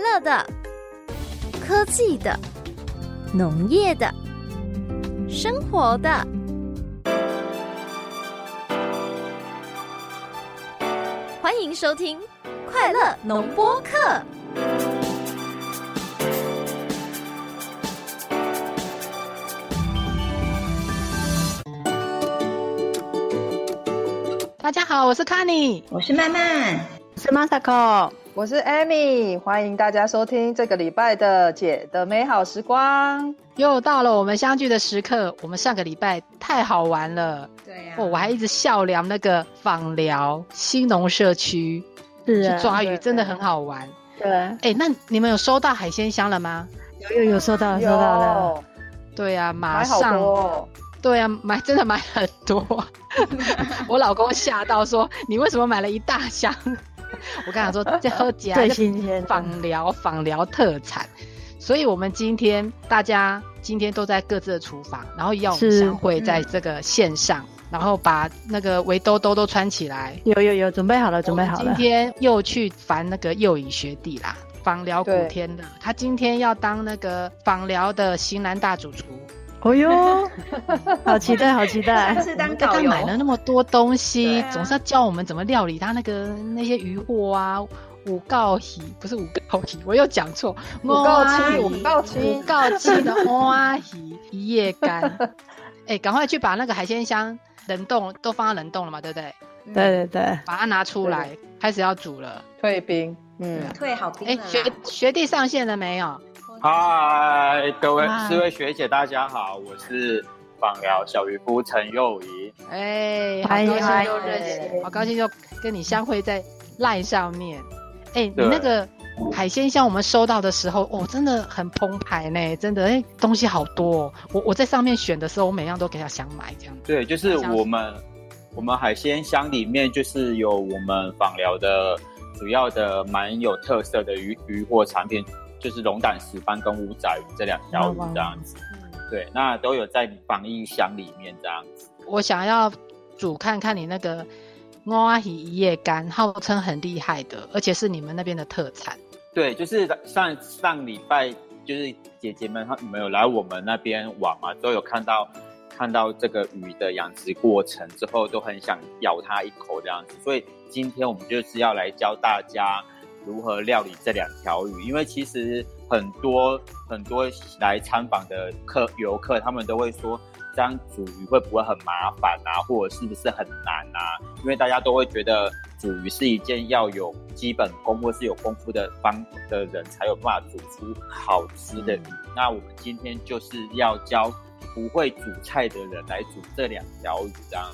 乐的、科技的、农业的、生活的。欢迎收听《快乐农播课》。大家好，我是 c a n n 我是曼曼，我是 Masako。我是 Amy，欢迎大家收听这个礼拜的姐的美好时光。又到了我们相聚的时刻。我们上个礼拜太好玩了，对啊呀、哦，我还一直笑聊那个访聊新农社区是去啊，抓鱼，对真的很好玩。对，啊哎，那你们有收到海鲜箱了吗？有有有收到收到了，有对啊，马买好上多、哦，对啊，买真的买很 多。我老公吓到说：“你为什么买了一大箱？” 我跟他说：“这喝起来最是新鲜的 访聊访聊特产。”所以，我们今天大家今天都在各自的厨房，然后要我们是相会在这个线上，然后把那个围兜兜都穿起来。有有有，准备好了，准备好我们了今。天又去烦那个幼乙学弟啦，访聊古对天乐，他今天要当那个访聊的型男大主厨。哦哟，好期待，好期他待。是当他导游，买了那么多东西，对啊总是要教我们怎么料理他那个那些鱼货啊，五告鱼不是五告鱼，我又讲错，五五告七，五五告七，告七的蛙鱼一夜干， 哎、赶快去把那个海鲜箱冷冻都放在冷冻了嘛，对不对？嗯 对对对，把它拿出来，开始要煮了。退兵。嗯，退好兵哎、了啦。学学弟上线了没有？嗨，各位嗨四位学姐，大家好，我是访聊小渔夫陈佑仪。哎、好欢迎高兴又欢迎认识，好高兴又跟你相会在赖上面。哎、你对那个海鲜箱我们收到的时候，哦，真的很澎湃呢，真的，哎、东西好多、哦。我我在上面选的时候，我每样都给他想买这样。对，就是我们我们海鲜箱里面就是有我们访聊的主要的蛮有特色的鱼鱼货产品，就是龙胆石斑跟乌仔鱼这两条鱼这样子。对，那都有在防疫箱里面这样子。我想要煮看看你那个阿姨一夜干，号称很厉害的，而且是你们那边的特产。对，就是上上礼拜就是姐姐们她你们有来我们那边玩嘛，都有看到看到这个鱼的养殖过程之后，都很想咬它一口这样子。所以今天我们就是要来教大家如何料理这两条鱼，因为其实很多很多来参访的客游客，他们都会说。这样煮鱼会不会很麻烦啊？或者是不是很难啊？因为大家都会觉得煮鱼是一件要有基本功或是有功夫的方的人才有办法煮出好吃的鱼。那我们今天就是要教不会煮菜的人来煮这两条鱼，这样。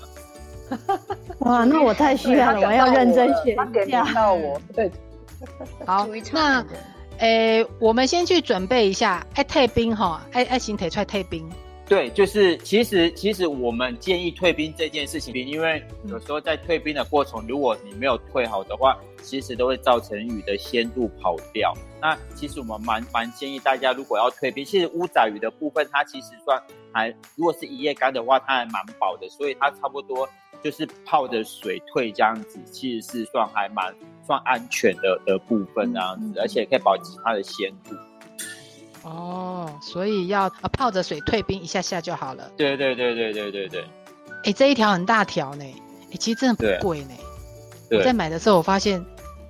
哇，那我太需对要他了，点我要到认真了学他点一下。名到我，对，好煮一，场那诶、我们先去准备一下，哎，退冰哈，哎哎，行，腿出来退冰。对，就是其实其实我们建议退兵这件事情，因为有时候在退兵的过程，如果你没有退好的话，其实都会造成鱼的鲜度跑掉。那其实我们蛮蛮建议大家，如果要退兵，其实乌仔鱼的部分，它其实算还，如果是一夜干的话，它还蛮饱的，所以它差不多就是泡着水退这样子，其实是算还蛮算安全的的部分这样嗯子，而且可以保持它的鲜度。哦，所以要、呃泡着水退冰一下下就好了。对对对对对对对哎，这一条很大条呢，哎，其实真的对不贵呢。我对。在买的时候，我发现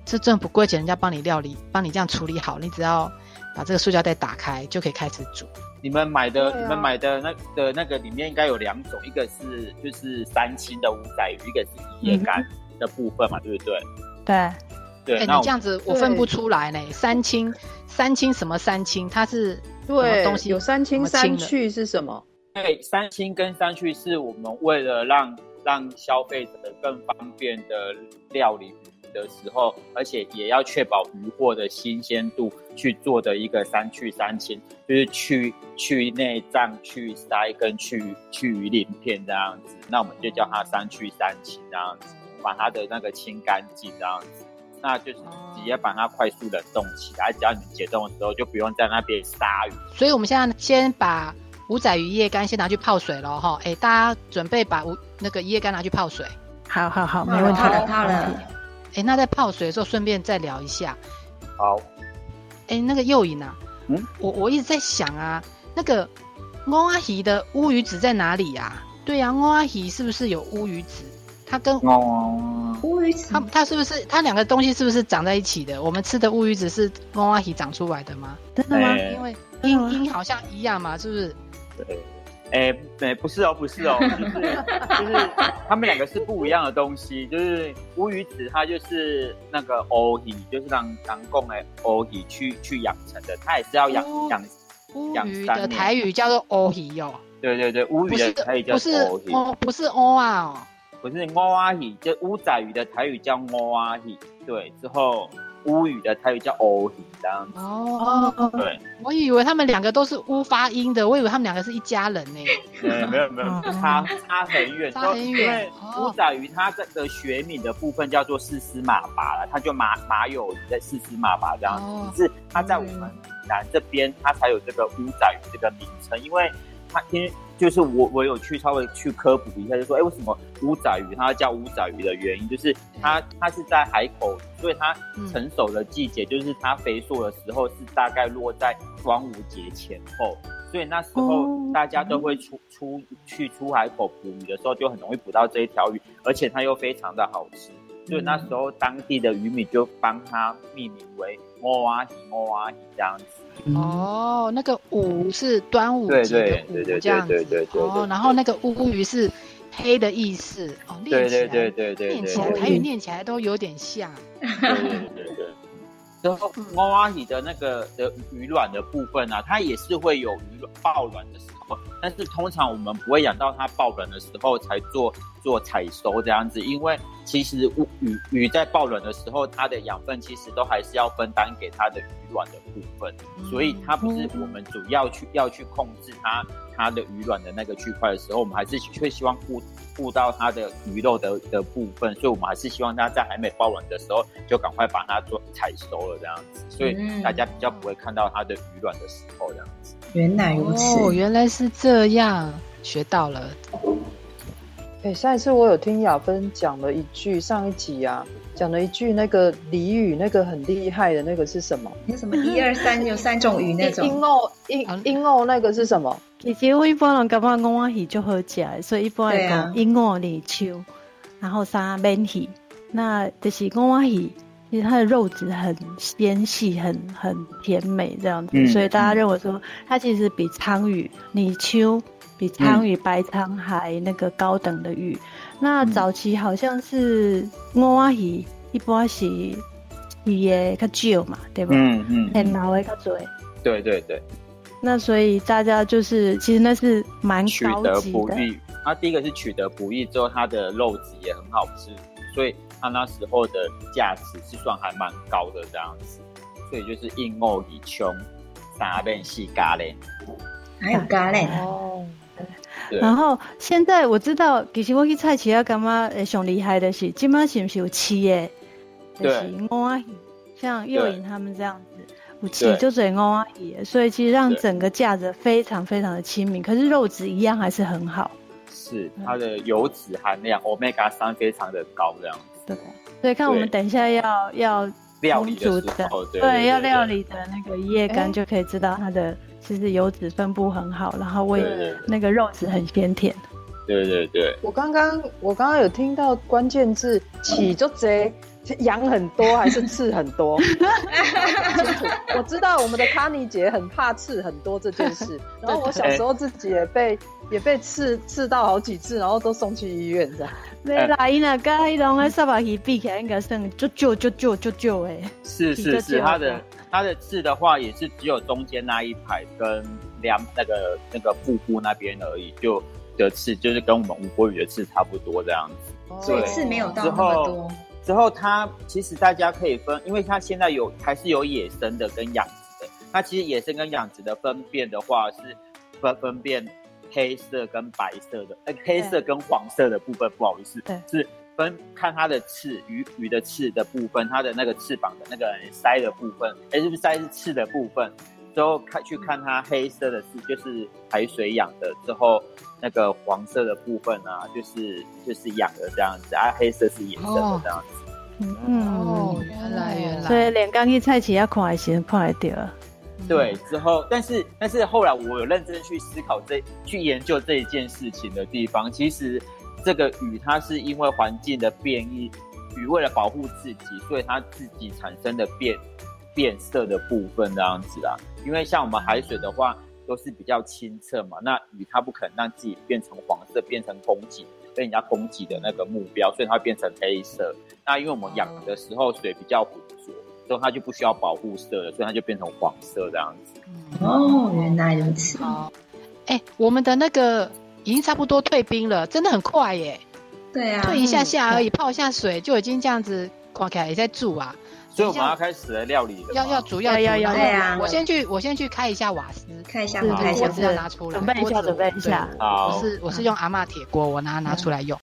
这真的不贵，而且人家帮你料理，帮你这样处理好，你只要把这个塑胶袋打开就可以开始煮。你们买的、对啊你们买的那的那个里面应该有两种，一个是就是三星的五仔鱼，一个是一夜干的部分嘛，对不对？对，哎，对，你那我这样子我对分不出来呢。三清，三清什么三清？它是什么东西？有三什清么三的。去是什么？对三星跟三去是我们为了让让消费者更方便的料理鱼的时候，而且也要确保鱼货的新鲜度去做的一个三去三清，就是去去内脏、去鳃跟去去鱼鳞片这样子，那我们就叫它三去三清这样子，把它的那个清干净这样子。那就是直接把它快速冷冻起来，只要你们解冻的时候，就不用在那边杀鱼。所以我们现在先把五仔鱼叶干先拿去泡水喽，哈。哎，大家准备把五那个叶干拿去泡水。好好好，泡哎没了问题泡了了。泡了，哎，那在泡水的时候顺便再聊一下，好，哎、哎、那个右影啊，嗯我我一直在想啊，那个欧阿姨的乌鱼子在哪里呀、对呀、欧阿姨是不是有乌鱼子？它跟哦，乌鱼子它它是不是它两个东西是不是长在一起的？我们吃的乌鱼子是欧阿姨长出来的吗？真的吗？哎因为真的吗音音好像一样嘛，是不是？哎、哎，不是哦，不是哦，就是就是，他们两个是不一样的东西。就是乌鱼子，它就是那个欧鱼，就是让让供哎欧鱼去去养成的，它也是要养、哦养。乌养鱼三的年台语叫做欧鱼哦，对对对，乌鱼不的是台语叫不是欧鱼，哦，不是欧啊哦。不是欧阿鱼，就乌仔鱼的台语叫欧阿鱼。对，之后乌鱼的台语叫欧鱼，这样子。哦，对，我以为他们两个都是乌发音的，我以为他们两个是一家人呢、呃，没有没有，差差很远，差很远因为哦乌仔鱼它这个学名的部分叫做四丝马拔了，它就马马有的四丝马拔这样子，哦只是它在我们闽南这边它才有这个乌仔鱼这个名称，因为它因为就是我我有去稍微去科普一下，就说哎、为什么乌仔鱼它叫乌仔鱼的原因，就是它它是在海口，所以它嗯成熟的季节就是它肥硕的时候是大概落在端午节前后。所以那时候大家都会出、出去出海口捕鱼的时候，就很容易捕到这一条鱼，而且它又非常的好吃。所以那时候当地的渔民就帮它命名为“欧阿鱼”、“欧阿鱼”这样子。哦，那个五是端午对节对的对五对这对样对子，对对哦，然后那个乌鱼是黑的意思，哦，对念起对对来对对对念对起来对台语念起来都有点像，对对对。然后猫阿姨的那个的鱼卵的部分啊，它也是会有鱼卵爆卵的时候，但是通常我们不会养到它爆卵的时候才做做采收这样子，因为其实乌鱼鱼在爆卵的时候，它的养分其实都还是要分担给它的鱼卵的部分，所以它不是我们主要去要去控制它它的鱼卵的那个区块的时候，我们还是会希望顾顾到它的鱼肉的的部分，所以我们还是希望它在还没包完的时候就赶快把它做采收了这样子，所以大家比较不会看到它的鱼卵的时候这样子。原来如此。哦，原来是这样，学到了，哎，上一次我有听雅芬讲了一句，上一集啊，讲了一句那个俚语，那个很厉害的那个是什么？有什么一二三有三种鱼那 英种，澳英英澳那个是什么？其实我一般人感觉讲我鱼就好食的，所以一般来对啊讲一五二秋，然后三免鱼，那就是讲我鱼，其实它的肉质很纤细，很很甜美这样子，嗯所以大家认为说它其实比鲳鱼、泥鳅、比鲳鱼、白鲳还那个高等的鱼。那嗯早期好像是我鱼，一般是鱼的较少嘛，对吧？嗯嗯，很老的较多。对对对，那所以大家就是，其实那是蛮取高得级不的，易。它第一个是取得不易之后，它的肉质也很好吃，所以它那时候的价值是算还蛮高的这样子，所以就是硬澳以穷，三变细咖嘞。还有咖喱，哦，对，然后现在我知道，其实我去菜市啊，感觉诶上厉害的是，今麦是不是有饲的？就是对乌阿像幼对颖他们这样子，有对饲就是乌阿姨，所以其实让对整个价值非常非常的亲民，可是肉质一样还是很好。是嗯它的油脂含量 omega 三非常的高这样子。对，所以看我们等一下要要料理的烹煮时候，对对要料。对理的那个叶干就可以知道它的其实油脂分布很好，然后味对对对那个肉质很鲜甜。对对对，我刚刚我刚刚有听到关键字“起就贼”，羊很多还是刺很 多？我知道我们的卡尼姐很怕刺很多这件事， 然后我小时候自己也被也被刺刺到好几次，然后都送去医院这样。没啦，伊若甲迄种个沙巴鱼比起来，应该算足少足少足少诶。是比是较是，健它康的它的刺的话也是只有中间那一排跟两那个那个腹部那边而已，就的刺就是跟我们无波鱼的刺差不多这样子。所以对刺没有到之那么后多。之后它其实大家可以分，因为它现在有还是有野生的跟养殖的，那其实野生跟养殖的分辨的话是分分辨黑色跟白色的，呃，黑色跟黄色的部分，不好意思对，是分看它的刺鱼鱼的刺的部分，它的那个翅膀的那个鳃的部分，哎、是不是鳃是刺的部分？之后看去看它黑色的刺就是海水养的，之后那个黄色的部分啊，就是就是养的这样子啊，黑色是野生的这样子。哦嗯，，原来原所来，以连刚去菜市要看的时候看得到。对，之后，但是但是后来我有认真去思考这去研究这一件事情的地方，其实这个雨它是因为环境的变异，雨为了保护自己，所以它自己产生的变变色的部分这样子啊。因为像我们海水的话，都是比较清澈嘛，那雨它不可能让自己变成黄色，变成攻击被人家攻击的那个目标，所以它会变成黑色。那因为我们养的时候水比较浑浊，所以它就不需要保护色了，所以它就变成黄色这样子。哦，原来如此。嗯好，哎、我们的那个已经差不多退冰了，真的很快耶，对啊，退一下下而已，泡一下水就已经这样子看起来也在住啊。所以我们要开始来料理了。要要。煮要煮哎要然要后对啊我先去我先去开一下瓦斯，看一下，是看一锅下子要拿出来，准备一下锅子准备一下嗯对好我是我是用阿嬷铁锅，我拿拿出来用。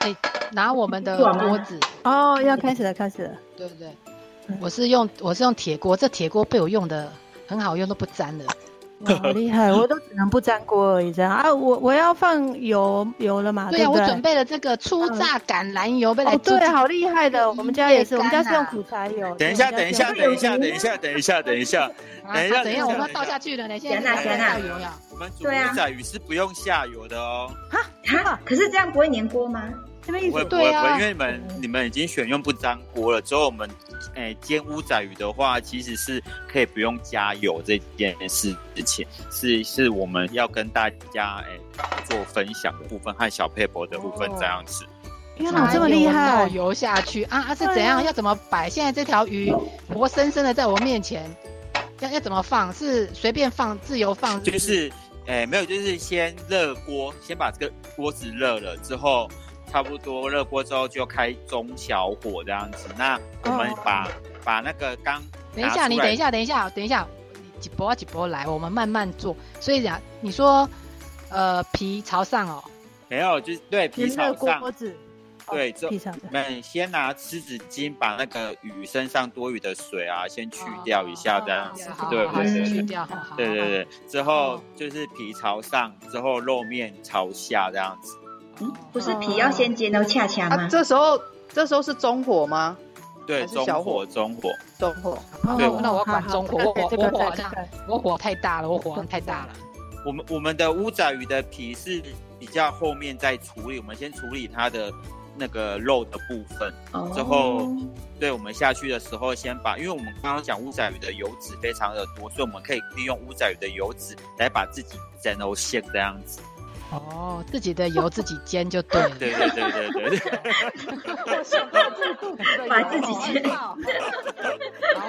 哎，拿我们的做完吗锅子，哦，要开始了，开始了。对不对？嗯我是用我是用铁锅，这铁锅被我用的很好用，都不粘了。哇，好厉害！我都只能不粘锅而已，这样啊，我我要放油油了嘛，对呀、啊不我啊对？准备了这个初榨橄榄油，被来哦，自己对，好厉害的，有我们家也一是，夜我们家是干用啊苦柴油。等对一下，等一下，等一下，等一下，等一下，等一下，啊等一下等一等一下下，我们要等一下倒下去了呢，现行在啊在行啊倒油呀。我们煮对啊鱼仔鱼是不用下油的哦。哈，可是这样不会粘锅吗？什么意不会思？不会对不啊会，因为你们你们已经选用不粘锅了，之后我们诶、煎乌仔鱼的话，其实是可以不用加油这件事情，是是我们要跟大家诶、做分享的部分和小佩博的部分这样哦子。天哪，这么厉倒害！油下去啊啊是对啊怎样？要怎么摆？现在这条鱼活生生的在我面前，要要怎么放？是随便放、自由放？就是诶、没有，就是先热锅，先把这个锅子热了之后，差不多热锅之后就开中小火这样子。那我们把、把那个刚哦等一下，你等一下，等一下，等一下，几波啊几波来，我们慢慢做。所以讲，你说，呃，皮朝上哦，没有，就是对皮粘炒热上锅，子，对这披上的。们先拿湿纸巾把那个鱼身上多余的水啊，先去掉一下，这样子好，好，啊对好，对是对去对掉，好好，对好对，对。之后就是皮朝上，之后肉面朝下这样子。嗯，不是皮要先煎到恰恰啊，吗？这时候这时候是中火吗？对，还是中小火中火，中火，好对那我那我要管中火，我火这我个火好这像个，我火太大了，我火太大了。我们我们的乌仔鱼的皮是比较后面再处理，我们先处理它的那个肉的部分。哦之后，对我们下去的时候，先把，因为我们刚刚讲乌仔鱼的油脂非常的多，所以我们可以利用乌仔鱼的油脂来把自己煎到馅这样子。嗯哦，自己的油自己煎就对了。对对对对对对。把自己煎， 好，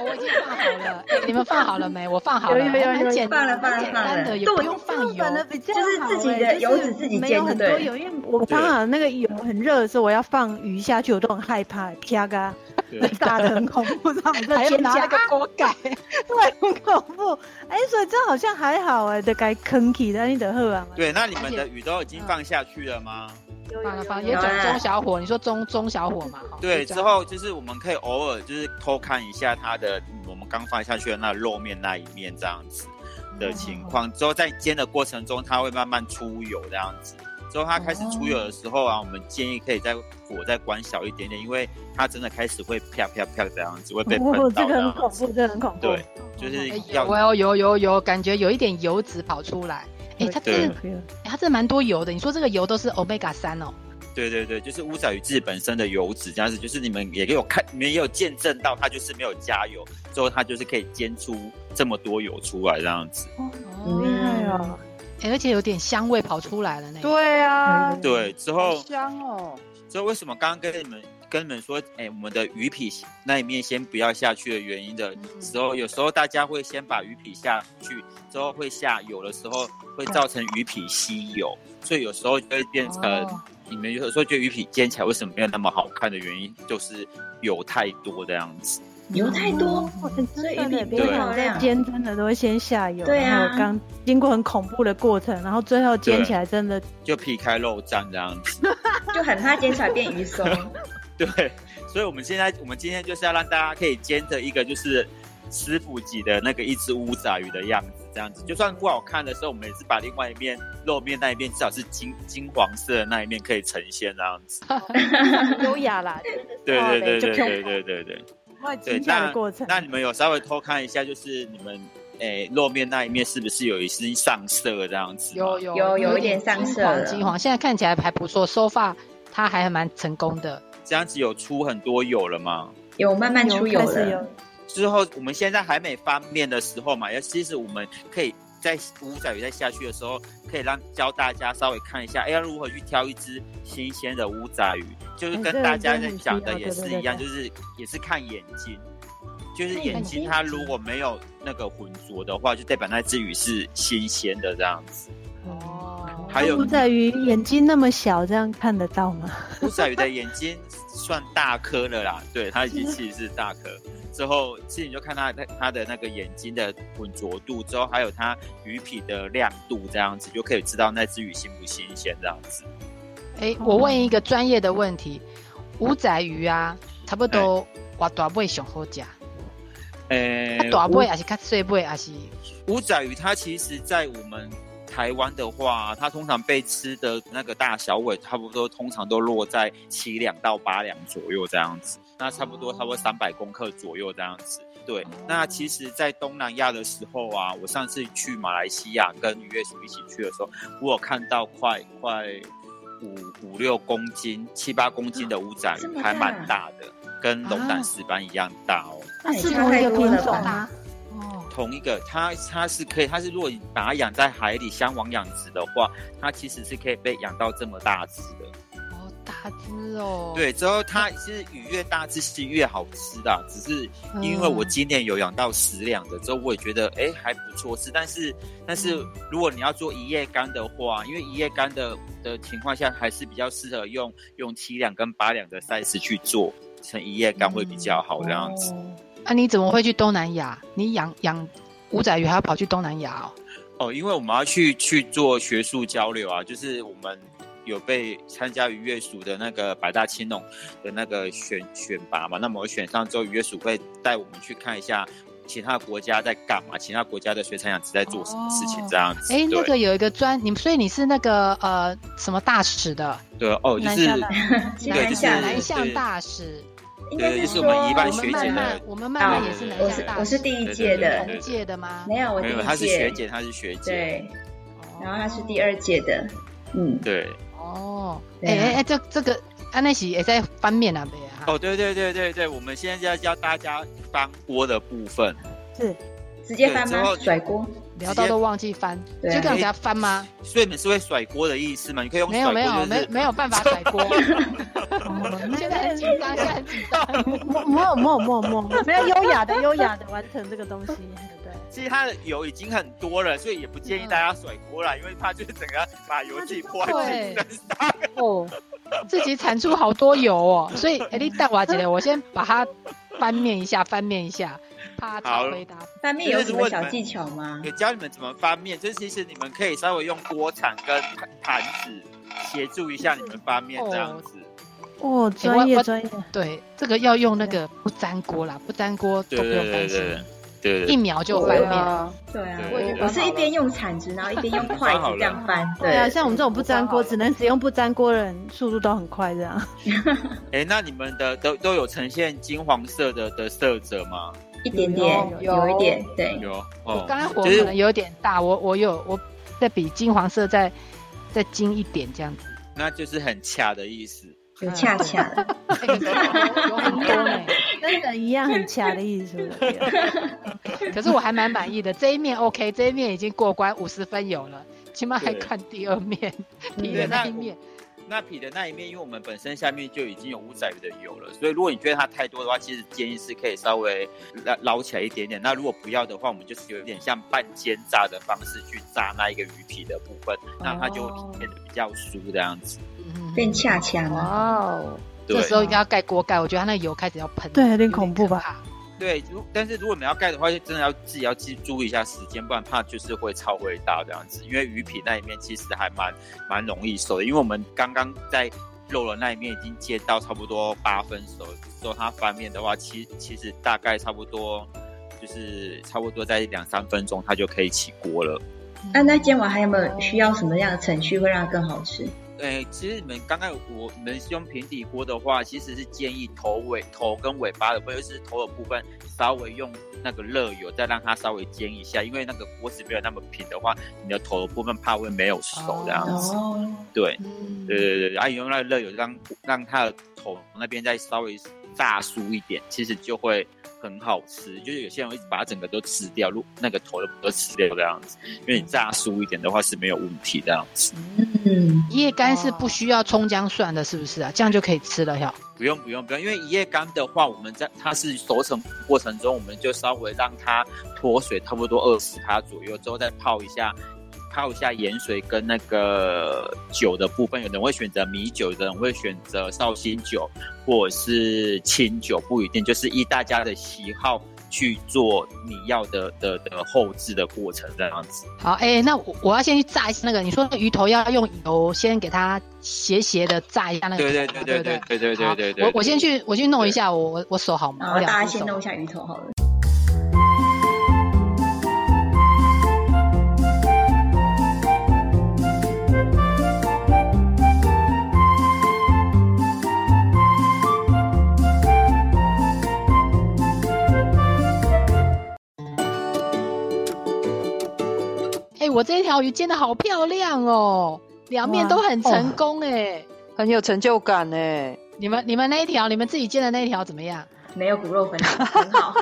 我已经放好了。哎你们放好了没？我放好了，有有有还蛮简放了放了蛮简单放了的，也对不用放油。反而比较就是好自己欸的就是油脂自己没煎有就很多对了油，因为我常常那个油很热的时候，我要放鱼下去，我都很害怕，啪嘎对，炸的很恐怖，然后我就还要尖拿那叫个，锅盖，对，很恐怖。哎，所以这好像还好哎，得该坑起的你得喝啊。 对，那你们的鱼都已经放下去了吗？有，放了放了，有也有 有讲啊中小火，你说中中小火嘛？哈对，就之这样后就是我们可以偶尔就是偷看一下它的嗯我们刚放下去的那肉面那一面这样子的情况，之后在煎的过程中，它会慢慢出油这样子。之后它开始出油的时候啊，我们建议可以再火再关小一点点，因为它真的开始会啪啪啪这样子，会被喷哦，这到这个很样恐子。怖，这个很恐怖。对，就是哎要有有有有有，感觉有一点油脂跑出来。哎，它对真的，哎它真的蛮多油的。你说这个油都是 omega 三哦。对对对，就是乌仔鱼自己本身的油脂这样子，就是你们也有看，你们也有见证到它就是没有加油，之后它就是可以煎出这么多油出来这样子。哦厉害哦！哎而且有点香味跑出来了呢。对啊，对，之好后香哦，之后为什么刚刚跟你们跟你们说，哎、我们的鱼皮那一面先不要下去的原因的时候，有时候大家会先把鱼皮下去，之后会下油的时候会造成鱼皮吸油，所以有时候就会变成、哦你们有时候觉得鱼皮煎起来为什么没有那么好看的原因，就是油太多这样子。油太嗯多，所以鱼皮不平漂常在亮。煎真的都会先下油，对啊然后刚经过很恐怖的过程，然后最后煎起来真的就皮开肉绽这样子。 就很怕煎出来变鱼松。对，所以我们现在我们今天就是要让大家可以煎的一个就是师傅级的那个一只乌杂鱼的样子，这样子就算不好看的时候，我们也是把另外一面肉面那一面至少是金金黄色的那一面可以呈现这样子。 很优雅啦， 对对对就对不用对对对对。外对，惊吓那的过程。那你们有稍微偷看一下，就是你们诶、肉面那一面是不是有一丝上色这样子吗？有有有有一点点上色金黄了金黄，现在看起来还不错，收发它还蛮成功的。这样子有出很多油了吗？有慢慢出油开始了，有之后我们现在还没翻面的时候嘛，要其实我们可以在五仔鱼在下去的时候，可以让教大家稍微看一下，哎，要如何去挑一只新鲜的乌仔鱼，就是哎跟这个大家真的在很需讲要的也对是对一样，对就是也是看眼睛。就是看眼眼睛，睛它如果没有那个浑浊的话，就代表那只鱼是新鲜的这样子。哦还有不在于眼睛那么小，这样看得到吗？吴小啊鱼的眼睛算大颗了啦，对，他已经其实是大颗。之后，其实你就看他他他的那个眼睛的浑浊度，之后还有它鱼皮的亮度，这样子就可以知道那只鱼新不新鲜这样子。哎，我问一个专业的问题，五仔鱼啊，差不多哎我大尾上好食，诶、它大尾还是较细尾还是？五仔鱼它其实，在我们台湾的话，它通常被吃的那个大小尾，差不多通常都落在七两到八两左右这样子，那差不哦多差不多三百公克左右这样子。对，那其实，在东南亚的时候啊，我上次去马来西亚跟鱼月鼠一起去的时候，我有看到快快五五六公斤、七八公斤的五仔啊这鱼，么大啊还蛮大的，跟龙胆石斑一样大哦。那是差同一太个多品了种吧吗？？哦，同一个，它它是可以，它是如果你把它养在海里箱网养殖的话，它其实是可以被养到这么大只的。好大只哦。，对，之后它其实鱼越大只是越好吃的，只是因为我今年有养到十两的，之后我也觉得哎、诶还不错吃，但是但是如果你要做一夜干的话，因为一夜干的的情况下还是比较适合用用七两跟八两的 size 去做成一夜干会比较好这样子。啊，你怎么会去东南亚？你养养五仔鱼还要跑去东南亚哦？哦，因为我们要去去做学术交流啊，就是我们有被参加渔乐署的那个百大青农的那个选选拔嘛，那么我选上之后，渔乐署会带我们去看一下其他国家在干嘛，其他国家的水产养殖在做什么事情哦这样子。哎，对那个有一个专，你所以你是那个呃什么大使的？对哦，就南是下大西对南就是下南向对大使，应该对就是是我们说一半我学们慢姐的慢，我们慢慢也是对南我向是大使，我是第一届的，同届的吗？没有我第没有，一她是学届，姐，她是学姐，对，然后他是第二届的，嗯，对。哦，对哎啊哎哎，这这个安奈喜也在翻面那边啊。哦，对对对对对，我们现在要教大家翻锅的部分，是直接翻对之吗后？甩锅？聊到都忘记翻，就对这样给他翻吗？所以你们是会甩锅的意思吗？你可以用没有甩没锅有就是没没有办法甩锅， 哦现在很紧张，现在很紧张。默默默默默，没有优雅的优雅的完成这个东西，对。其实它的油已经很多了，所以也不建议大家甩锅啦，因为怕就是整个把油自己泼在自己身上。哦，自己产出好多油哦，所以哎，你带我姐姐，我先把它翻面一下，翻面一下，怕他回答。翻面有什么小技巧吗有？教你们怎么翻面，就是其实你们可以稍微用锅铲跟盘子协助一下你们翻面这样子。哦，专我业我专业，对，这个要用那个不粘锅啦，不粘锅都不用担心，对一秒就翻对面。啊，对啊，对我我是一边用铲子，然后一边 用筷子这样翻，对啊，对，像我们这种不粘锅，只能使用不粘锅的人，速度都很快，这样。哎，那你们的都都有呈现金黄色的的色泽吗？一点点，有有有一点，对，有我哦刚刚火就可能是有点大，我我有我再比金黄色再再金一点这样 子，那就是很恰的意思。有恰恰了，哎有有很多呢。跟人一样很卡的意思。可是我还蛮满意的，这一面 OK，这一面已经过关五十分有了，起码还看第二面，嗯第的那一面。那皮的那一面，因为我们本身下面就已经有五仔鱼的油了，所以如果你觉得它太多的话，其实建议是可以稍微捞捞起来一点点。那如果不要的话，我们就是有一点像半煎炸的方式去炸那一个鱼皮的部分，那它就会变得比较酥这样子。嗯啊变恰恰哇了，哦，对这时候应该要盖锅盖，我觉得它那油开始要喷，对有点恐怖吧对，如但是如果你要盖的话，就真的要自己要记注意一下时间，不然怕就是会超会大这样子。因为鱼皮那一面其实还蛮蛮容易熟的，因为我们刚刚在肉的那一面已经煎到差不多八分熟，之后它翻面的话，其其实大概差不多就是差不多在两三分钟，它就可以起锅了。啊那那煎完还有没有需要什么样的程序会让它更好吃？诶，其实你们刚刚我们是用平底锅的话，其实是建议头尾头跟尾巴的部分，尤其是头的部分，稍微用那个热油再让它稍微煎一下，因为那个锅子没有那么平的话，你的头的部分怕会没有熟这样子。哦，对，嗯对对对，啊，你用那个热油让让它的头那边再稍微炸酥一点，其实就会很好吃。就是有些人会把它整个都吃掉，如那个头都吃掉这样子，因为你炸酥一点的话是没有问题这样子。嗯，叶干哦是不需要葱姜蒜的，是不是啊？这样就可以吃了哟。不用不用不用，因为一夜干的话，我们在它是熟成过程中，我们就稍微让它脱水，差不多二十趴左右之后再泡一下，泡一下盐水跟那个酒的部分。有的人会选择米酒，有的人会选择绍兴酒或者是清酒，不一定，就是依大家的喜好去做你要的的的后置的过程这样子。好，哎、那我我要先去炸一下那个，你说那鱼头要用油先给它斜斜的炸一下那个头对嘛，对对对不对对对对好对对。我我先去我去弄一下，我我我手好麻，然后我大两家只先手弄一下鱼头好了。哎、我这条鱼煎的好漂亮哦，两面哇都很成哦功哎、很有成就感欸呢，你们你们那一条，你们自己煎的那一条怎么样？ 没有骨肉分离，很好。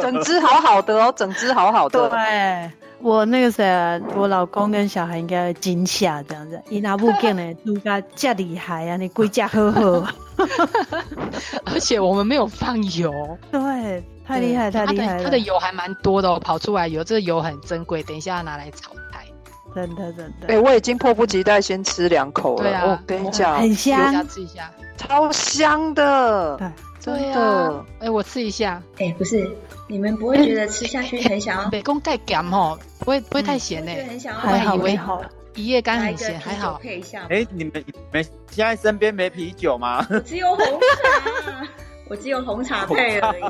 整只好好的哦，整只好好啊的。对，我那个谁、啊，我老公跟小孩应该会惊吓这样子，伊那部见呢，都家这厉害啊，你归家呵呵，而且我们没有放油，对，太厉害，对太厉害它的了，它的油还蛮多的哦，跑出来油，这个油很珍贵，等一下拿来炒菜。真的真的，哎、我已经迫不及待先吃两口了。对啊我跟你讲，很哎大家香，吃一下，超香的对，真对的啊。哎、我吃一下，哎、不是，你们不会觉得吃下去很 啊想要，北宫盖咸吼，不会不会太嗯咸欸呢、就很想要还好我以为还好，一夜干来一很个咸，还啤酒好。配一下。哎，你们你们现在身边没啤酒吗？我只有红茶，我只有红茶配而已。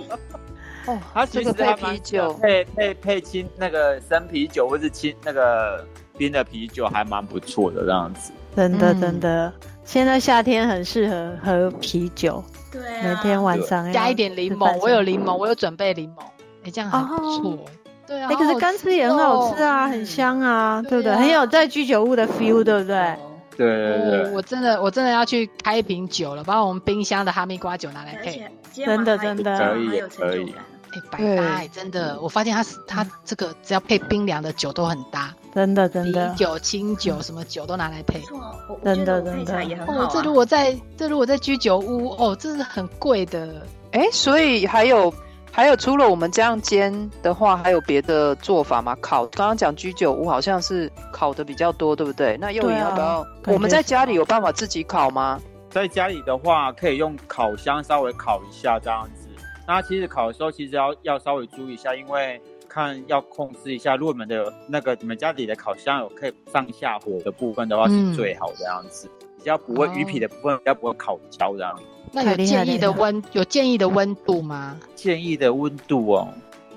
哦，它这个其实配还啤蛮酒，配配配清那个生啤酒或是清那个冰的啤酒还蛮不错的这样子。真的嗯真的，现在夏天很适合喝啤酒，对啊，每天晚上要加一点柠哎吃饭哦檬，我有柠檬，我有准备柠檬，哎、这样很不错、对啊，哎、可是好干吃也很好吃啊，哦很香啊，嗯对不对对？啊很有在居酒屋的 feel，对不对？对嗯哦对对，我真的我真的要去开一瓶酒了，把我们冰箱的哈密瓜酒拿来而配。且今天晚上真的真的还有成就感。哎、百对搭、哎，真嗯的，我发现它是它这个只要配冰凉的酒都很搭，真的真啤的，酒、清酒什么酒都拿来配不。错，我我觉真的得我配真的茶也很好、哦啊，。这如果在这如果在居酒屋，哦，这是很贵的。哎、所以还有还有，除了我们这样煎的话，还有别的做法吗？烤，刚刚讲居酒屋好像是烤的比较多，对不对？那又对你啊要不要？感觉我们在是家里有办法自己烤吗？在家里的话可以用烤箱稍微烤一下这样子。那其实烤的时候其实要要稍微注意一下，因为看要控制一下，如果你们的那个你们家里的烤箱有可以上下火的部分的话嗯是最好这样子，比较不会哦鱼皮的部分比较不会烤焦这样子。那太有厉害建了议的温有建议的温度吗？建议的温度哦，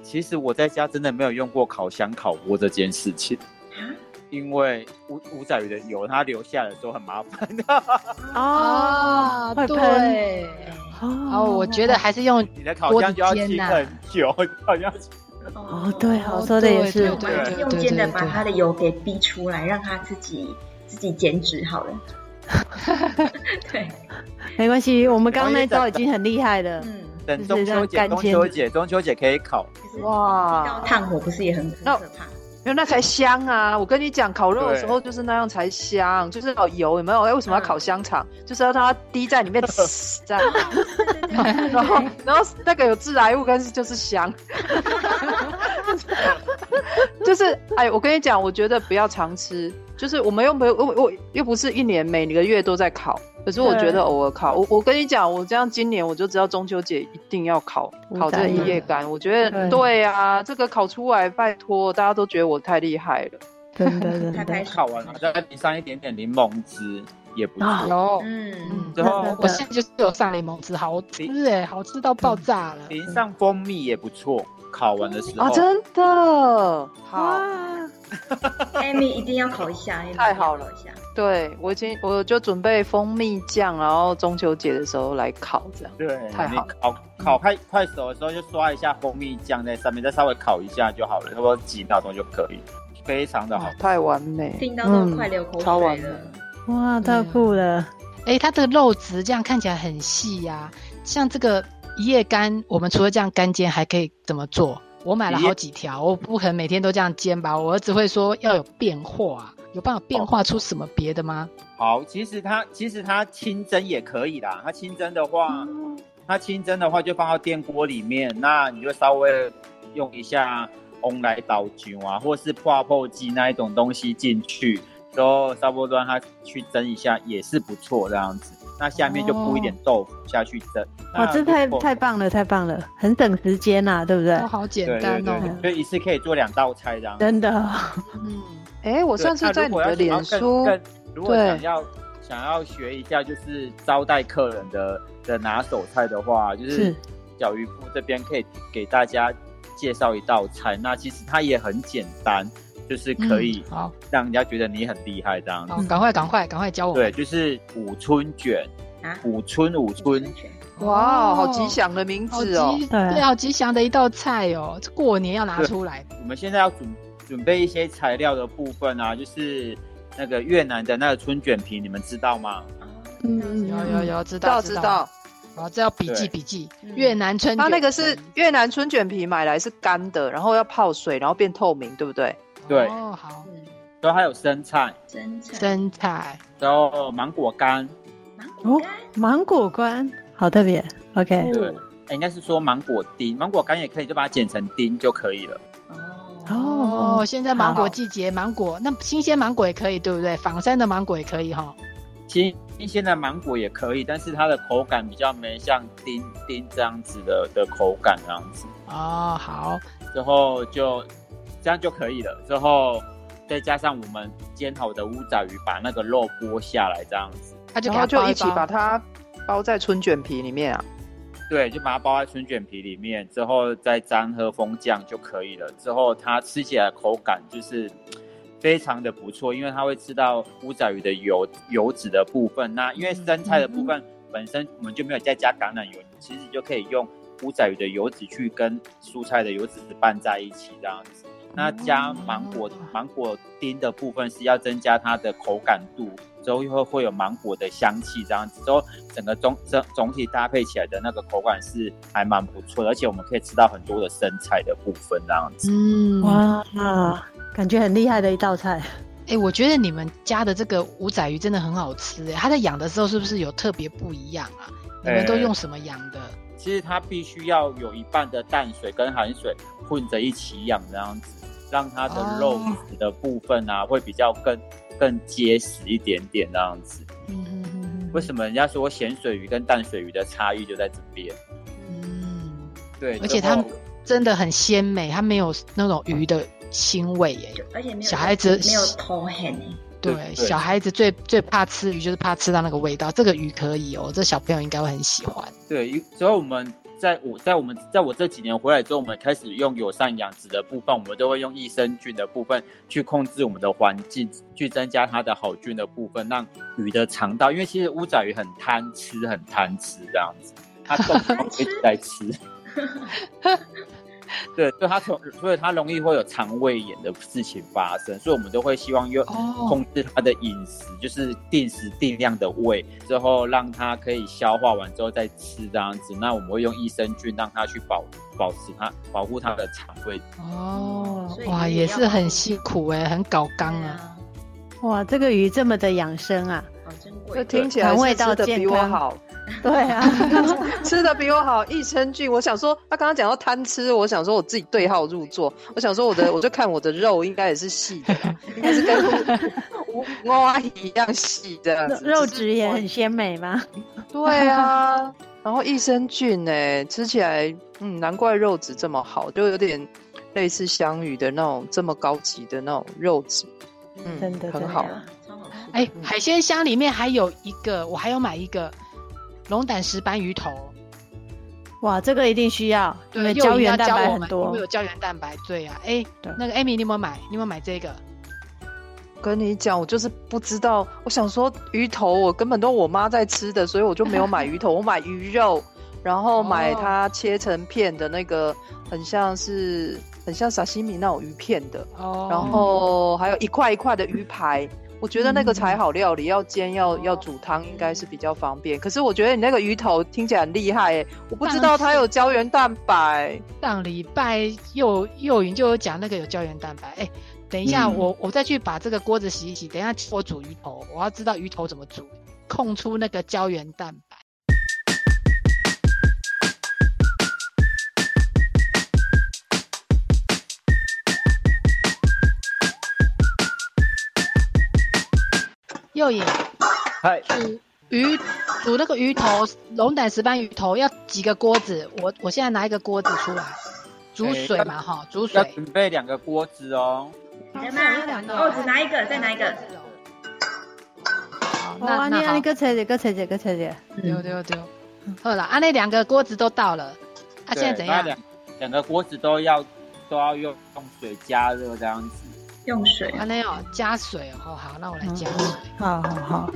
其实我在家真的没有用过烤箱烤锅这件事情，啊因为乌乌仔鱼的油它留下来的时候很麻烦。 哦，会喷啊对。哦哦，我觉得还是用你的烤箱就要清很久，好像哦，对哦哦，说的也对是那我，对们就嗯用煎的把它的油给逼出来，让它自己自己减脂好 了。对，没关系，我们刚刚那招已经很厉害了。嗯，等中秋节，中秋节，中秋节可以烤。可是到哇，炭火不是也很很那可怕？没有，那才香啊！我跟你讲，烤肉的时候就是那样才香，就是要油有没有？哎，为什么要嗯烤香肠？就是要让它滴在里面，呲这样， 对对 对对然后然后那个有致癌物，但是就是香。就是哎，我跟你讲，我觉得不要常吃，就是我们又没有我我又不是一年每个月都在烤，可是我觉得偶尔烤，我我跟你讲，我这样今年我就知道中秋节一定要烤无烤这个杂一粮夜干，我觉得对对啊，这个烤出来，拜托大家都觉得我太厉害了，真的真太的拍手烤完了，再淋上一点点柠檬汁，也不哦啊错。有，嗯，嗯， 然后真我的现在就是有萨柠檬汁，好吃哎、好吃到爆炸了。嗯淋上蜂蜜也不错，烤完的时候啊，真的好，哇，艾米一定要考一 下，太好了了，一下。对我已经我就准备蜂蜜酱，然后中秋节的时候来烤这样。对，太你好烤烤快快熟的时候就刷一下蜂蜜酱在上面，再稍微烤一下就好了，差不多几秒钟就可以，非常的好哦。太完美，听到都快流口嗯超完水美了。哇，嗯太酷了！哎、它的肉质这样看起来很细呀、像这个一夜干，我们除了这样干煎，还可以怎么做？我买了好几条，我不可能每天都这样煎吧？我儿子会说要有变化，有办法变化出什么别的吗？好，其实它其实它清蒸也可以啦。它清蒸的话，嗯它清蒸的话就放到电锅里面，那你就稍微用一下翁来倒酒啊，或是泡泡机那一种东西进去，然后差不多让它去蒸一下也是不错这样子。那下面就铺一点豆腐下去蒸，哦哇，那这太如果太棒了，太棒了，很省时间呐、对不对都？好简对对单哦。对，所以一次可以做两道菜这样子。真的，嗯，哎，我我上次在你的脸书，如果对想要想要学一下，就是招待客人的的拿手菜的话，就是是小渔夫这边可以给大家介绍一道菜。那其实它也很简单，就是可以嗯好，让人家觉得你很厉害这样子。好，赶快，赶快，赶快教哦我们。对，就是五春卷啊，五春五春，哇，好吉哦祥的名好字哦吉，！对对，好吉祥的一道菜哦，这过年要拿出来。我们现在要准准备一些材料的部分啊，就是那个越南的那个春卷皮，你们知道吗？嗯嗯有嗯有有，知知道道知道，，好，这要笔记对笔记。嗯越南春卷，它那个是越南春卷皮，买来是干的，然后要泡水，然后变透明，对不对？对哦，好，嗯，然后还有生菜，真诚生菜，然后芒果干，芒果干，芒果干好特别。OK，对，哎应该是说芒果丁，芒果干也可以，就把它剪成丁就可以了。哦，哦，哦，现在芒好果季节，芒果那新鲜芒果也可以，对不对？仿山的芒果也可以哈。其实新鲜的芒果也可以，但是它的口感比较没像丁丁这样子的的口感这样子，哦，好，之后就这样就可以了。之后再加上我们煎好的乌仔鱼，把那个肉剥下来这样子，他就然给它后就包一起包把它包在春卷皮里面啊。对，就把它包在春卷皮里面，之后再沾和风酱就可以了。之后它吃起来的口感就是非常的不错，因为它会吃到乌仔鱼的油油脂的部分。那因为生菜的部分本身我们就没有再加橄榄油，你其实就可以用乌仔鱼的油脂去跟蔬菜的油脂拌在一起这样子。那加芒果芒果丁的部分是要增加它的口感度，之后又会会有芒果的香气这样子，之后整个总整总体搭配起来的那个口感是还蛮不错的，而且我们可以吃到很多的生菜的部分这样子。嗯，哇，哇，感觉很厉害的一道菜。哎，我觉得你们家的这个五仔鱼真的很好吃，哎，它在养的时候是不是有特别不一样啊？你们都哎用什么养的？其实它必须要有一半的淡水跟含水混着一起养这样子，让它的肉哦质的部分啊会比较更更结实一点点这样子。嗯哼哼哼为什么人家说咸水鱼跟淡水鱼的差异就在这边？嗯，对，而且然它后真的很鲜美，它没有那种鱼的腥味耶。而且没有小孩子没有头痕欸对，对对小孩子最最怕吃鱼，就是怕吃到那个味道。这个鱼可以哦，这小朋友应该会很喜欢。对，因之后我们在我在我们在我这几年回来之后，我们开始用友善养殖的部分，我们都会用益生菌的部分去控制我们的环境，去增加它的好菌的部分，让鱼的肠道，因为其实乌仔鱼很贪吃，很贪吃这样子，它动不动一直在吃。对，所以它从，所以它容易会有肠胃炎的事情发生，所以我们都会希望用哦控制它的饮食，就是定时定量的喂，之后让它可以消化完之后再吃这样子。那我们会用益生菌让它去保保持它保护它的肠胃。哦所以哇，你也也要是很保辛苦哎，很搞刚对啊。啊，哇，这个鱼这么的养生啊！好珍这贵。听起来肠胃是道吃的比健我康好，对啊，吃的比我好。益生菌，我想说，他刚刚讲到贪吃，我想说我自己对号入座，我想说我的，我就看我的肉应该也是细的啦，应该是跟吴吴阿姨一样细这样肉子，肉只是质也很鲜美嘛。对啊， 然后益生菌呢、欸吃起来，嗯，难怪肉质这么好，就有点类似香鱼的那种这么高级的那种肉质。嗯真的很真好的，啊，超好吃。哎，海鲜箱里面还有一个，我还要买一个龙胆石斑鱼头，哇，这个一定需要，因为又有胶一定要原蛋教白我很们，因多为有。胶原蛋白，对呀、啊。哎对，那个 Amy，你有没有买？你有没有买这个？跟你讲，我就是不知道，我想说鱼头我根本都我妈在吃的，所以我就没有买鱼头，我买鱼肉，然后买哦它切成片的那个，很像是很像沙西米那种鱼片的，哦然后还有一块一块的鱼排。我觉得那个才好料理，要煎要要煮汤应该是比较方便。可是我觉得你那个鱼头听起来很厉害、欸，我不知道它有胶原蛋白。上礼拜又又云就有讲那个有胶原蛋白，哎、等一下、嗯我我再去把这个锅子洗一洗，等一下我煮鱼头，我要知道鱼头怎么煮，控出那个胶原蛋白。又颖，嗨，煮鱼煮那个鱼头，龙胆石斑鱼头要几个锅子？我我现在拿一个锅子出来，煮诶水哎要嘛哈，煮要水准。备两个锅子哦。来有两个吧，我只拿一个，哦再拿一个。好，哇，那那你啊，好你，个切姐，个切姐，个切姐，丢丢丢，好了，啊，那两个锅子都到了，啊，对现在怎那样？两两个锅子都要都要用用水加热这样子。用水啊，那哦，加水哦，哦好，那我来加水。嗯好好好，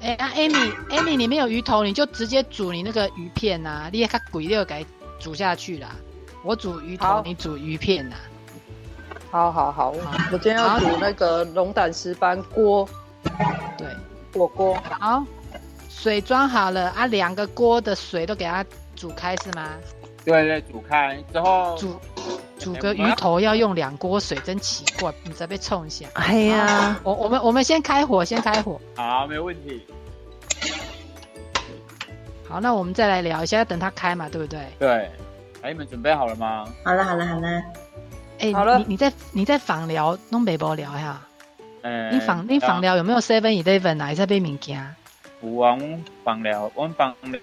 哎，啊，Amy，Amy，你没有鱼头，你就直接煮你那个鱼片呐，你也看鬼六给煮下去啦。我煮鱼头好，你煮鱼片呐。啊好好好，我好我今天要好煮那个龙胆石斑锅对，火锅。好，水装好了啊，两个锅的水都给它煮开是吗？对对，煮开之后，煮煮个鱼头要用两锅水，真奇怪，你才被冲一下。哎呀，我我们我们先开火，先开火。好，没问题。好，那我们再来聊一下，要等它开嘛，对不对？对，哎，你们准备好了吗？好了好了好了，哎，好了你你在你在访聊东北博聊呀？哎嗯，你访你访聊有没有 Seven Eleven 啊？在被物件？有啊，阮放了，阮放了，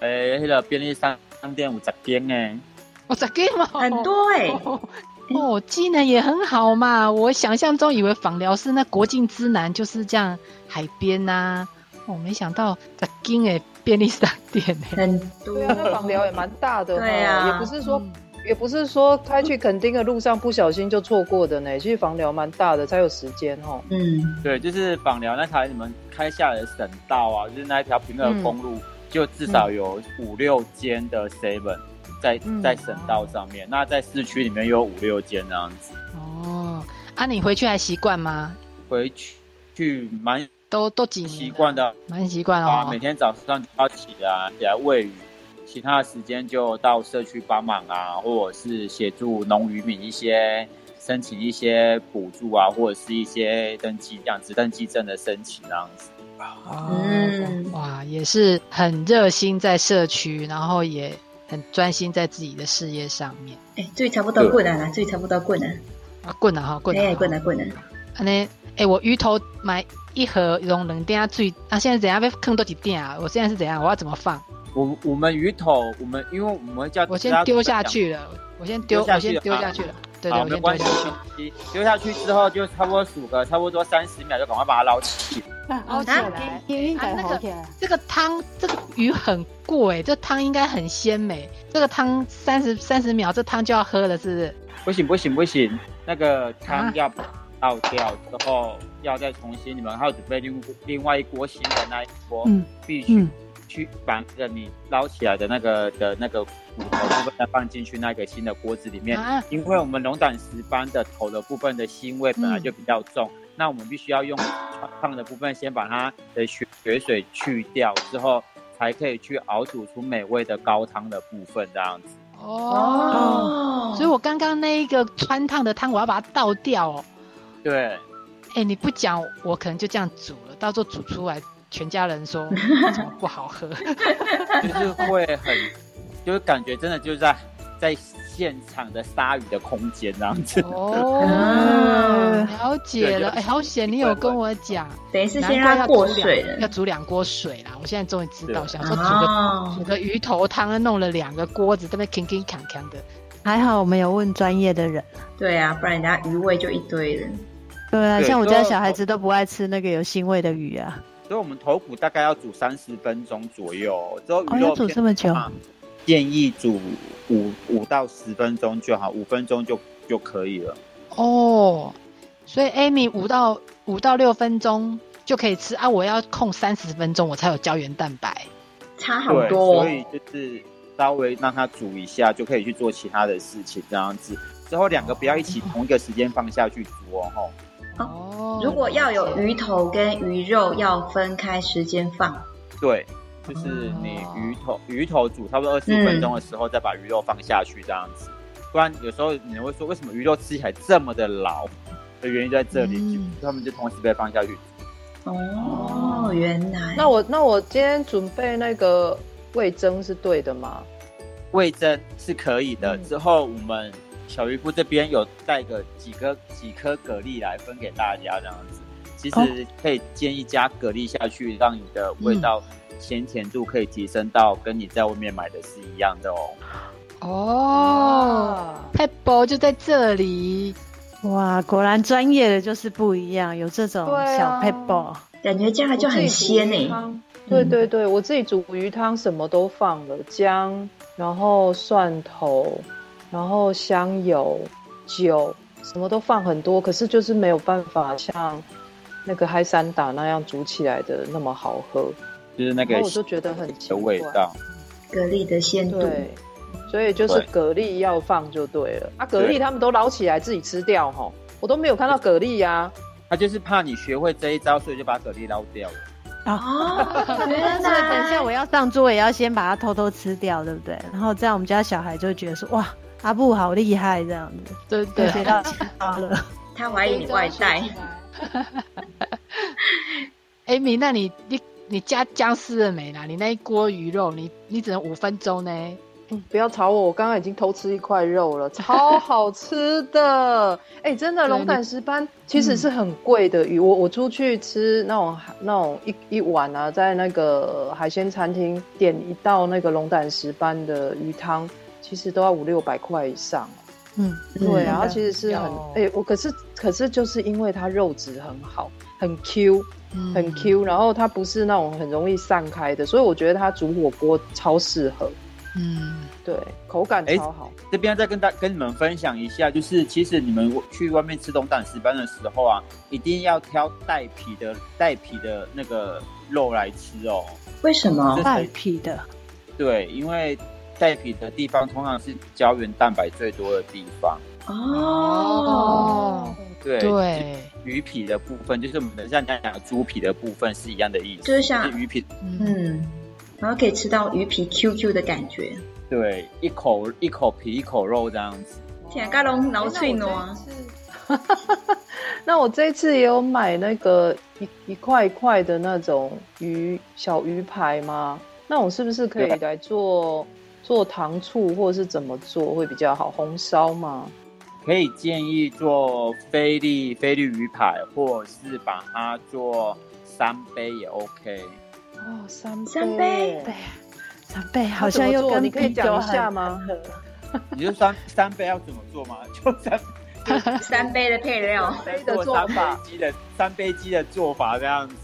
诶、迄、呃个便利商店有十间诶。哦我咋给嘛？很多哎、哦。 哦，技能也很好嘛。我想象中以为访聊是那国境之南就是这样海边呐、我、哦、没想到在金诶便利商店诶、很多对啊，那访聊也蛮大的、哦，对啊也不是说、也不是说开去垦丁的路上不小心就错过的呢，其实访聊蛮大的，才有时间哦。嗯，对，就是访寮那条你们开下来的省道啊，就是那一条平乐公路，就至少有五六间的 Seven 在、嗯在省道上面，那在市区里面有五六间那样子。哦，啊，你回去还习惯吗？回去去蛮都都几年了习惯，的蛮习惯啊，哦每。天早上就要起来起来喂鱼，其他的时间就到社区帮忙啊，或者是协助农渔民一些申请一些补助啊，或者是一些登记养殖登记证的申请那样子。哦嗯哇，也是很热心在社区，然后也很专心在自己的事业上面。哎、最差不多棍啊啦，最差不多棍啊，啊，滚啊哈，滚哎啊，棍啊棍啊，安尼，哎，我鱼头买一盒用两点最，啊，现在怎样被坑多几点啊？我现在是怎样？我要怎么放？我我们鱼头，我们因为我们会叫我大先家丢下去了，我先丢，丢下我去先了丢啊下去了。对对，好，我没先丢关下系去。，丢下去之后就差不多数个差不多三十秒，就赶快把它捞起。捞起来，应啊那个起来。这个汤，这个鱼很贵，这汤应该很鲜美。这个汤三十三十秒，这汤就要喝了，是不是？不行不行不行，那个啊汤要倒掉之后，要再重新，你们还要准备另另外一锅新的那一锅，嗯必须嗯，去把那个你捞起来的那个的那个骨头部分再放进去那个新的锅子里面，啊，因为我们龙胆石斑的头的部分的腥味本来就比较重，那我们必须要用烫的部分先把它的血血水去掉之后，才可以去熬煮出美味的高汤的部分这样子。哦，所以我刚刚那一个穿烫的汤，我要把它倒掉哦。对，哎、你不讲，我可能就这样煮了，到时候煮出来，全家人说 为什么不好喝？ 就是会很，就是感觉真的就在在现场的鲨鱼的空间这样子。 嗯哦，了解对就了。哎、好险你有跟我讲，等于是难先怪让要它煮过水两要了，煮两锅水啦。我现在终于知道，对想说煮个哦煮，个鱼头汤，弄了两个锅子，这边铿铿锵锵的，还好我们有问专业的人。对啊，不然人家鱼味就一堆人。对啊，对像我都家要小孩投子都不爱吃那个有腥味的鱼啊。所以我们头骨大概要煮三十分钟左右，之后哦鱼要肉煮片这么久的话建议煮五五到十分钟就好，五分钟就就可以了。哦，所以 Amy 五到五到六分钟就可以吃啊，我要控三十分钟我才有胶原蛋白。差好对，多、所以哦。就是稍微让它煮一下，就可以去做其他的事情，这样子。之后两个不要一起哦同一个时间放下去煮哦，吼。哦如果要有鱼头跟鱼肉，要分开时间放。对，就是你哦鱼头、鱼头煮差不多二十五分钟嗯的时候，再把鱼肉放下去这样子。不然有时候你会说，为什么鱼肉吃起来这么的老？的原因在这里，嗯就他们就同时被放下去。哦，原来。那我那我今天准备那个味增是对的吗？味增是可以的。嗯之后我们小渔夫这边有带个几颗几颗蛤蜊来分给大家这样子。其哦实可以建议加蛤蜊下去，让你的嗯味道鲜甜度可以提升到跟你在外面买的是一样的哦。哦，啊，太薄就在这里，哇，果然专业的就是不一样，有这种对小啊 p a p e 感觉这样就很鲜欸嗯诶、呢。对对对，我自己煮鱼汤什么都放了，姜，然后蒜头，然后香油、酒，什么都放很多，可是就是没有办法像那个嗨三打那样煮起来的那么好喝，就是那然个哦后我就觉得很奇的怪味道。蛤蜊的鲜度。对，所以就是蛤蜊要放就对了。啊，蛤蜊对他们都捞起来自己吃掉哈，我都没有看到蛤蜊啊呀、他就是怕你学会这一招，所以就把蛤蜊捞掉了。哦， 原所以来。等一下我要上桌，也要先把它偷偷吃掉，对不对？然后这样我们家小孩就会觉得说，哇，阿布好厉害，这样子对就啊对，学到家了。他怀疑你外带。 Amy，那哎你你你加姜丝了没啦？你那一锅鱼肉，你你只能五分钟呢。嗯不要吵我，我刚刚已经偷吃一块肉了，超好吃的！哎、真的，对龙胆石斑其实是很贵的鱼。我我出去吃那种那种一一碗啊，在那个海鲜餐厅点一道那个龙胆石斑的鱼汤，其实都要五六百块以上。啊嗯，对啊，真的它其实是很有哎、我可是可是就是因为它肉质很好，很 Q，嗯很 Q，然后它不是那种很容易散开的，所以我觉得它煮火锅超适合，嗯，对，口感哎超好。这边再跟大跟你们分享一下，就是其实你们去外面吃龙胆石斑的时候啊，一定要挑带皮的带皮的那个肉来吃哦。为什么？带皮的，对，因为带皮的地方通常是胶原蛋白最多的地方。哦，对，对，鱼皮的部分就是我们像刚才讲的猪皮的部分是一样的意思，就是像鱼皮嗯，嗯，然后可以吃到鱼皮 QQ 的感觉，对一口一口皮一口肉这样子。天咖龙挠脆啊挪， 那我这一次也有买那个一一块一块的那种鱼小鱼排吗？那我是不是可以对来做做糖醋，或是怎么做会比较好？红烧吗？可以建议做菲力菲力鱼排，或者是把它做三杯也 OK。哦，三杯，三杯对，长辈好像啊那怎么又做跟你可以啤酒讲一很下吗？你就三 三杯要怎么做嘛？ 就三三杯的配料，杯的做做三法杯鸡的三杯鸡的做法这样子。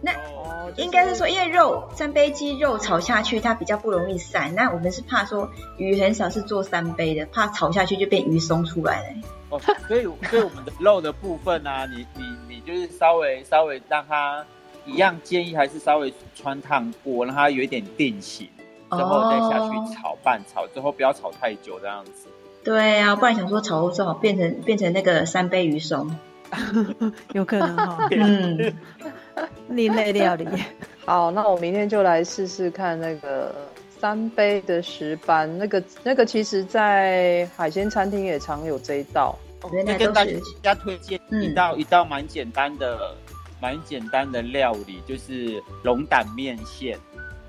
那哦哦，就是应该是说，因为肉三杯鸡肉炒下去，它比较不容易散。那我们是怕说鱼很少是做三杯的，怕炒下去就变鱼松出来了。哦，所以所以我们的肉的部分啊， 你你你就是稍微稍微让它一样，建议还是稍微穿烫过，让它有一点定型，之后再下去哦。炒拌炒，之后不要炒太久这样子。对啊，不然想说炒正好变成变成那个三杯鱼松。有可 能哦，嗯，另类料理。嗯好，那我明天就来试试看那个三杯的石斑，那个那个其实在海鲜餐厅也常有这一道。原来再都跟大是嗯家推荐一道、一道蛮简单的、蛮简单的料理，就是龙胆面线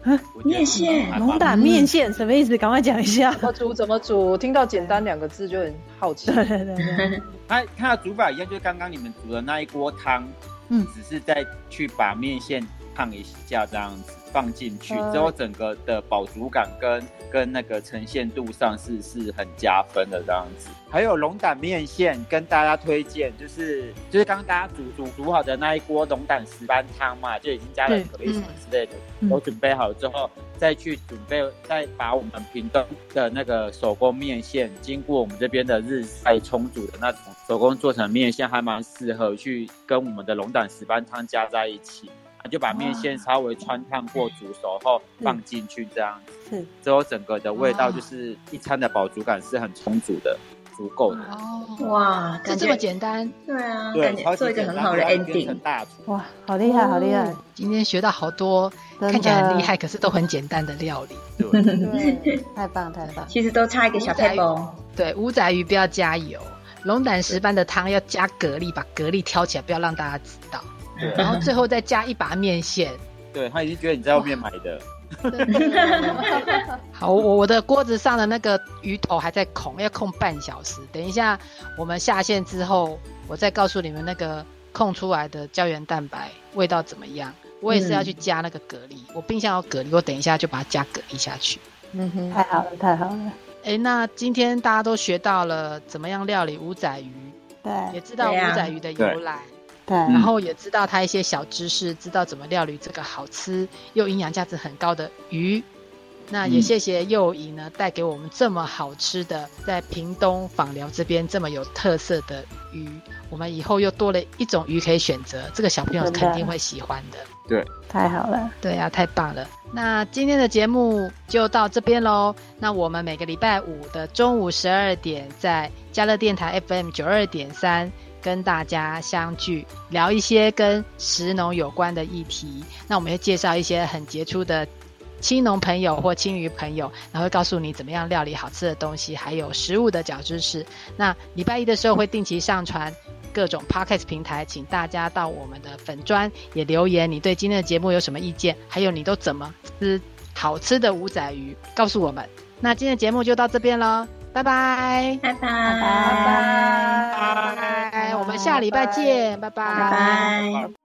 啊。我觉得面线还蛮龙胆面线什么意思？赶快讲一下。怎么煮？怎么煮？我听到“简单”两个字就很好奇 对。对对对，它它的煮法一样，就是刚刚你们煮的那一锅汤，嗯只是再去把面线烫一下这样子放进去，呃之后整个的饱足感跟跟那个呈现度上是是很加分的这样子。还有龙胆面线跟大家推荐，就是就是刚刚大家煮煮煮好的那一锅龙胆石斑汤嘛，就已经加了对蛤蜊什么之类的，嗯都准备好之后，再去准备，再把我们屏东的那个手工面线，经过我们这边的日晒冲煮的那种手工做成面线，还蛮适合去跟我们的龙胆石斑汤加在一起。啊就把面线稍微穿烫过、煮熟后放进去，这样子是嗯之后整个的味道哇就是一餐的饱足感是很充足的、足够的。哦，哇，是感这觉么简单。对啊，对感，觉超级做一个简单很好的不然就变 ending 成。大厨。哇，好厉害，好厉哦害，今天学到好多真的看起来很厉害，可是都很简单的料理。对，对，太棒太棒， 其实都差一个小仔 p e 对，五仔鱼不要加油，龙胆石斑的汤要加蛤蜊，把蛤蜊挑起来，不要让大家知道。对然后最后再加一把面线。对他已经觉得你在外面买的，真的好，我我的锅子上的那个鱼头还在控，要控半小时。等一下我们下线之后，我再告诉你们那个控出来的胶原蛋白味道怎么样。我也是嗯要去加那个蛤蜊，我冰箱有蛤蜊，我等一下就把它加蛤蜊下去。嗯哼，太好了，太好了，诶，那今天大家都学到了怎么样料理五仔鱼，也对知道对啊五仔鱼的由来，对然后也知道它一些小知识，知道怎么料理这个好吃又营养价值很高的鱼。那也嗯谢谢幼仪呢，带给我们这么好吃的，在屏东访寮这边这么有特色的鱼，我们以后又多了一种鱼可以选择，这个小朋友真的肯定会喜欢的。太好了，对啊，太棒了！那今天的节目就到这边喽。那我们每个礼拜五的中午十二点，在加乐电台 FM 九二点三跟大家相聚，聊一些跟食农有关的议题。那我们会介绍一些很杰出的青农朋友或青鱼朋友，然后会告诉你怎么样料理好吃的东西，还有食物的小知识。那礼拜一的时候会定期上传各种 podcast 平台，请大家到我们的粉砖也留言，你对今天的节目有什么意见？还有你都怎么吃好吃的五仔鱼？告诉我们。那今天的节目就到这边喽，拜拜拜拜，拜拜拜拜拜，我们下礼拜见，拜拜。